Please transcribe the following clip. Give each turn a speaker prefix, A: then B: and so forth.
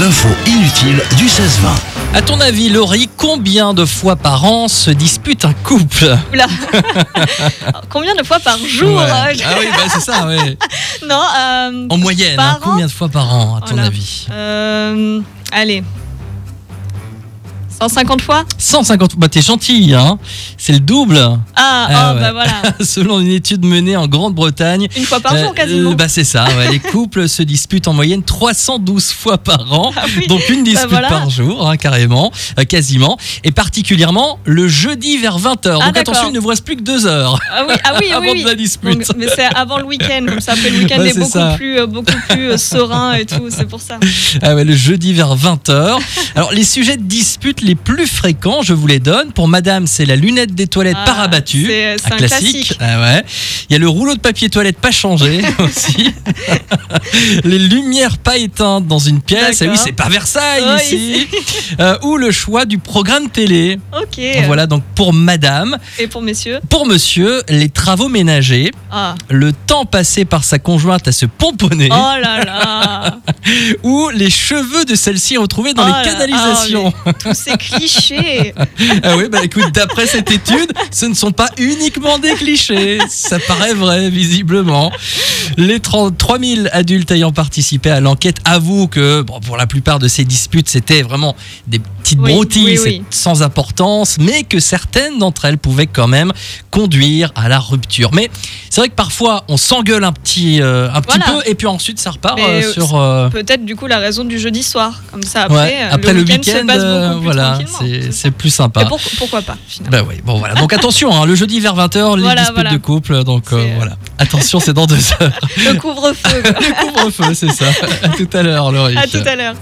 A: L'info inutile du 16-20.
B: À ton avis, Laurie, combien de fois par an se dispute un couple
C: Oula. Combien de fois par jour
B: Ouais.
C: euh,
B: Ah oui, bah, c'est ça, oui.
C: Non, euh,
B: En moyenne,
C: Par
B: hein,
C: an
B: combien de fois par an, à ton
C: Oh là.
B: avis
C: euh, allez. 150 fois
B: 150 Bah, t'es gentil, hein C'est le double,
C: Ah,
B: Ah
C: oh,
B: ouais.
C: bah voilà.
B: selon une étude menée en Grande-Bretagne.
C: Une fois par
B: Euh,
C: jour quasiment.
B: euh, bah, c'est ça, ouais. les couples se disputent en moyenne 312 fois par an.
C: Ah oui.
B: Donc une dispute
C: voilà.
B: par jour, hein, carrément, euh, quasiment, et particulièrement le jeudi vers 20h.
C: Ah,
B: Donc
C: d'accord.
B: attention, il ne vous reste plus que deux heures
C: Ah oui, ah oui,
B: avant
C: oui.
B: de la
C: oui.
B: dispute.
C: Donc, mais c'est avant le week-end, comme ça après le week-end
B: Bah,
C: est
B: c'est
C: beaucoup
B: ça.
C: plus, euh, beaucoup plus euh, serein et tout, c'est pour ça.
B: Ah ouais, le jeudi vers 20h. Alors, les sujets de dispute les plus fréquents, je vous les donne. Pour madame, c'est la lunette des toilettes
C: Ah,
B: pas rabattue.
C: c'est- c'est un classique.
B: Ah ouais. Il y a le rouleau de papier toilette pas changé aussi. les lumières pas éteintes dans une pièce. Ah oui,
C: D'accord. Oh,
B: c'est pas Versailles
C: Ouais,
B: ici. Euh, ou le choix du programme télé.
C: Ok.
B: Voilà, donc pour madame.
C: Et pour messieurs
B: Pour monsieur, les travaux ménagers.
C: Ah.
B: Le temps passé par sa conjointe à se pomponner.
C: Oh là là
B: Ou les cheveux de celle-ci retrouvés dans
C: Oh là-
B: les canalisations.
C: ah, mais Tous ces clichés
B: Ah oui, bah écoute, d'après cette étude, ce ne sont pas uniquement des clichés. Ça paraît vrai, visiblement. Les 30 3000 adultes ayant participé à l'enquête avouent que bon, pour la plupart de ces disputes, c'était vraiment des petites
C: Oui,
B: broutilles
C: oui,
B: c'est
C: oui.
B: sans importance, mais que certaines d'entre elles pouvaient quand même conduire à la rupture. Mais c'est vrai que parfois, on s'engueule un petit, euh, un petit
C: Voilà.
B: peu et puis ensuite, ça repart
C: Mais,
B: euh,
C: euh,
B: sur... euh,
C: peut-être du coup la raison du jeudi soir. Comme ça, après,
B: ouais,
C: euh,
B: après le
C: week-end,
B: week-end,
C: se passe
B: euh,
C: beaucoup plus
B: voilà,
C: tranquillement.
B: c'est-
C: C'est ça.
B: c'est plus sympa.
C: Mais pour- pourquoi pas finalement.
B: Bah oui, bon voilà. Donc attention, hein, le jeudi vers 20h, les
C: Voilà,
B: disputes
C: voilà.
B: de couple. Donc euh,
C: C'est, euh,
B: voilà. Attention, c'est dans deux heures.
C: Le couvre-feu. quoi.
B: Le couvre-feu, c'est ça. À tout à l'heure, Laurie.
C: à tout à l'heure.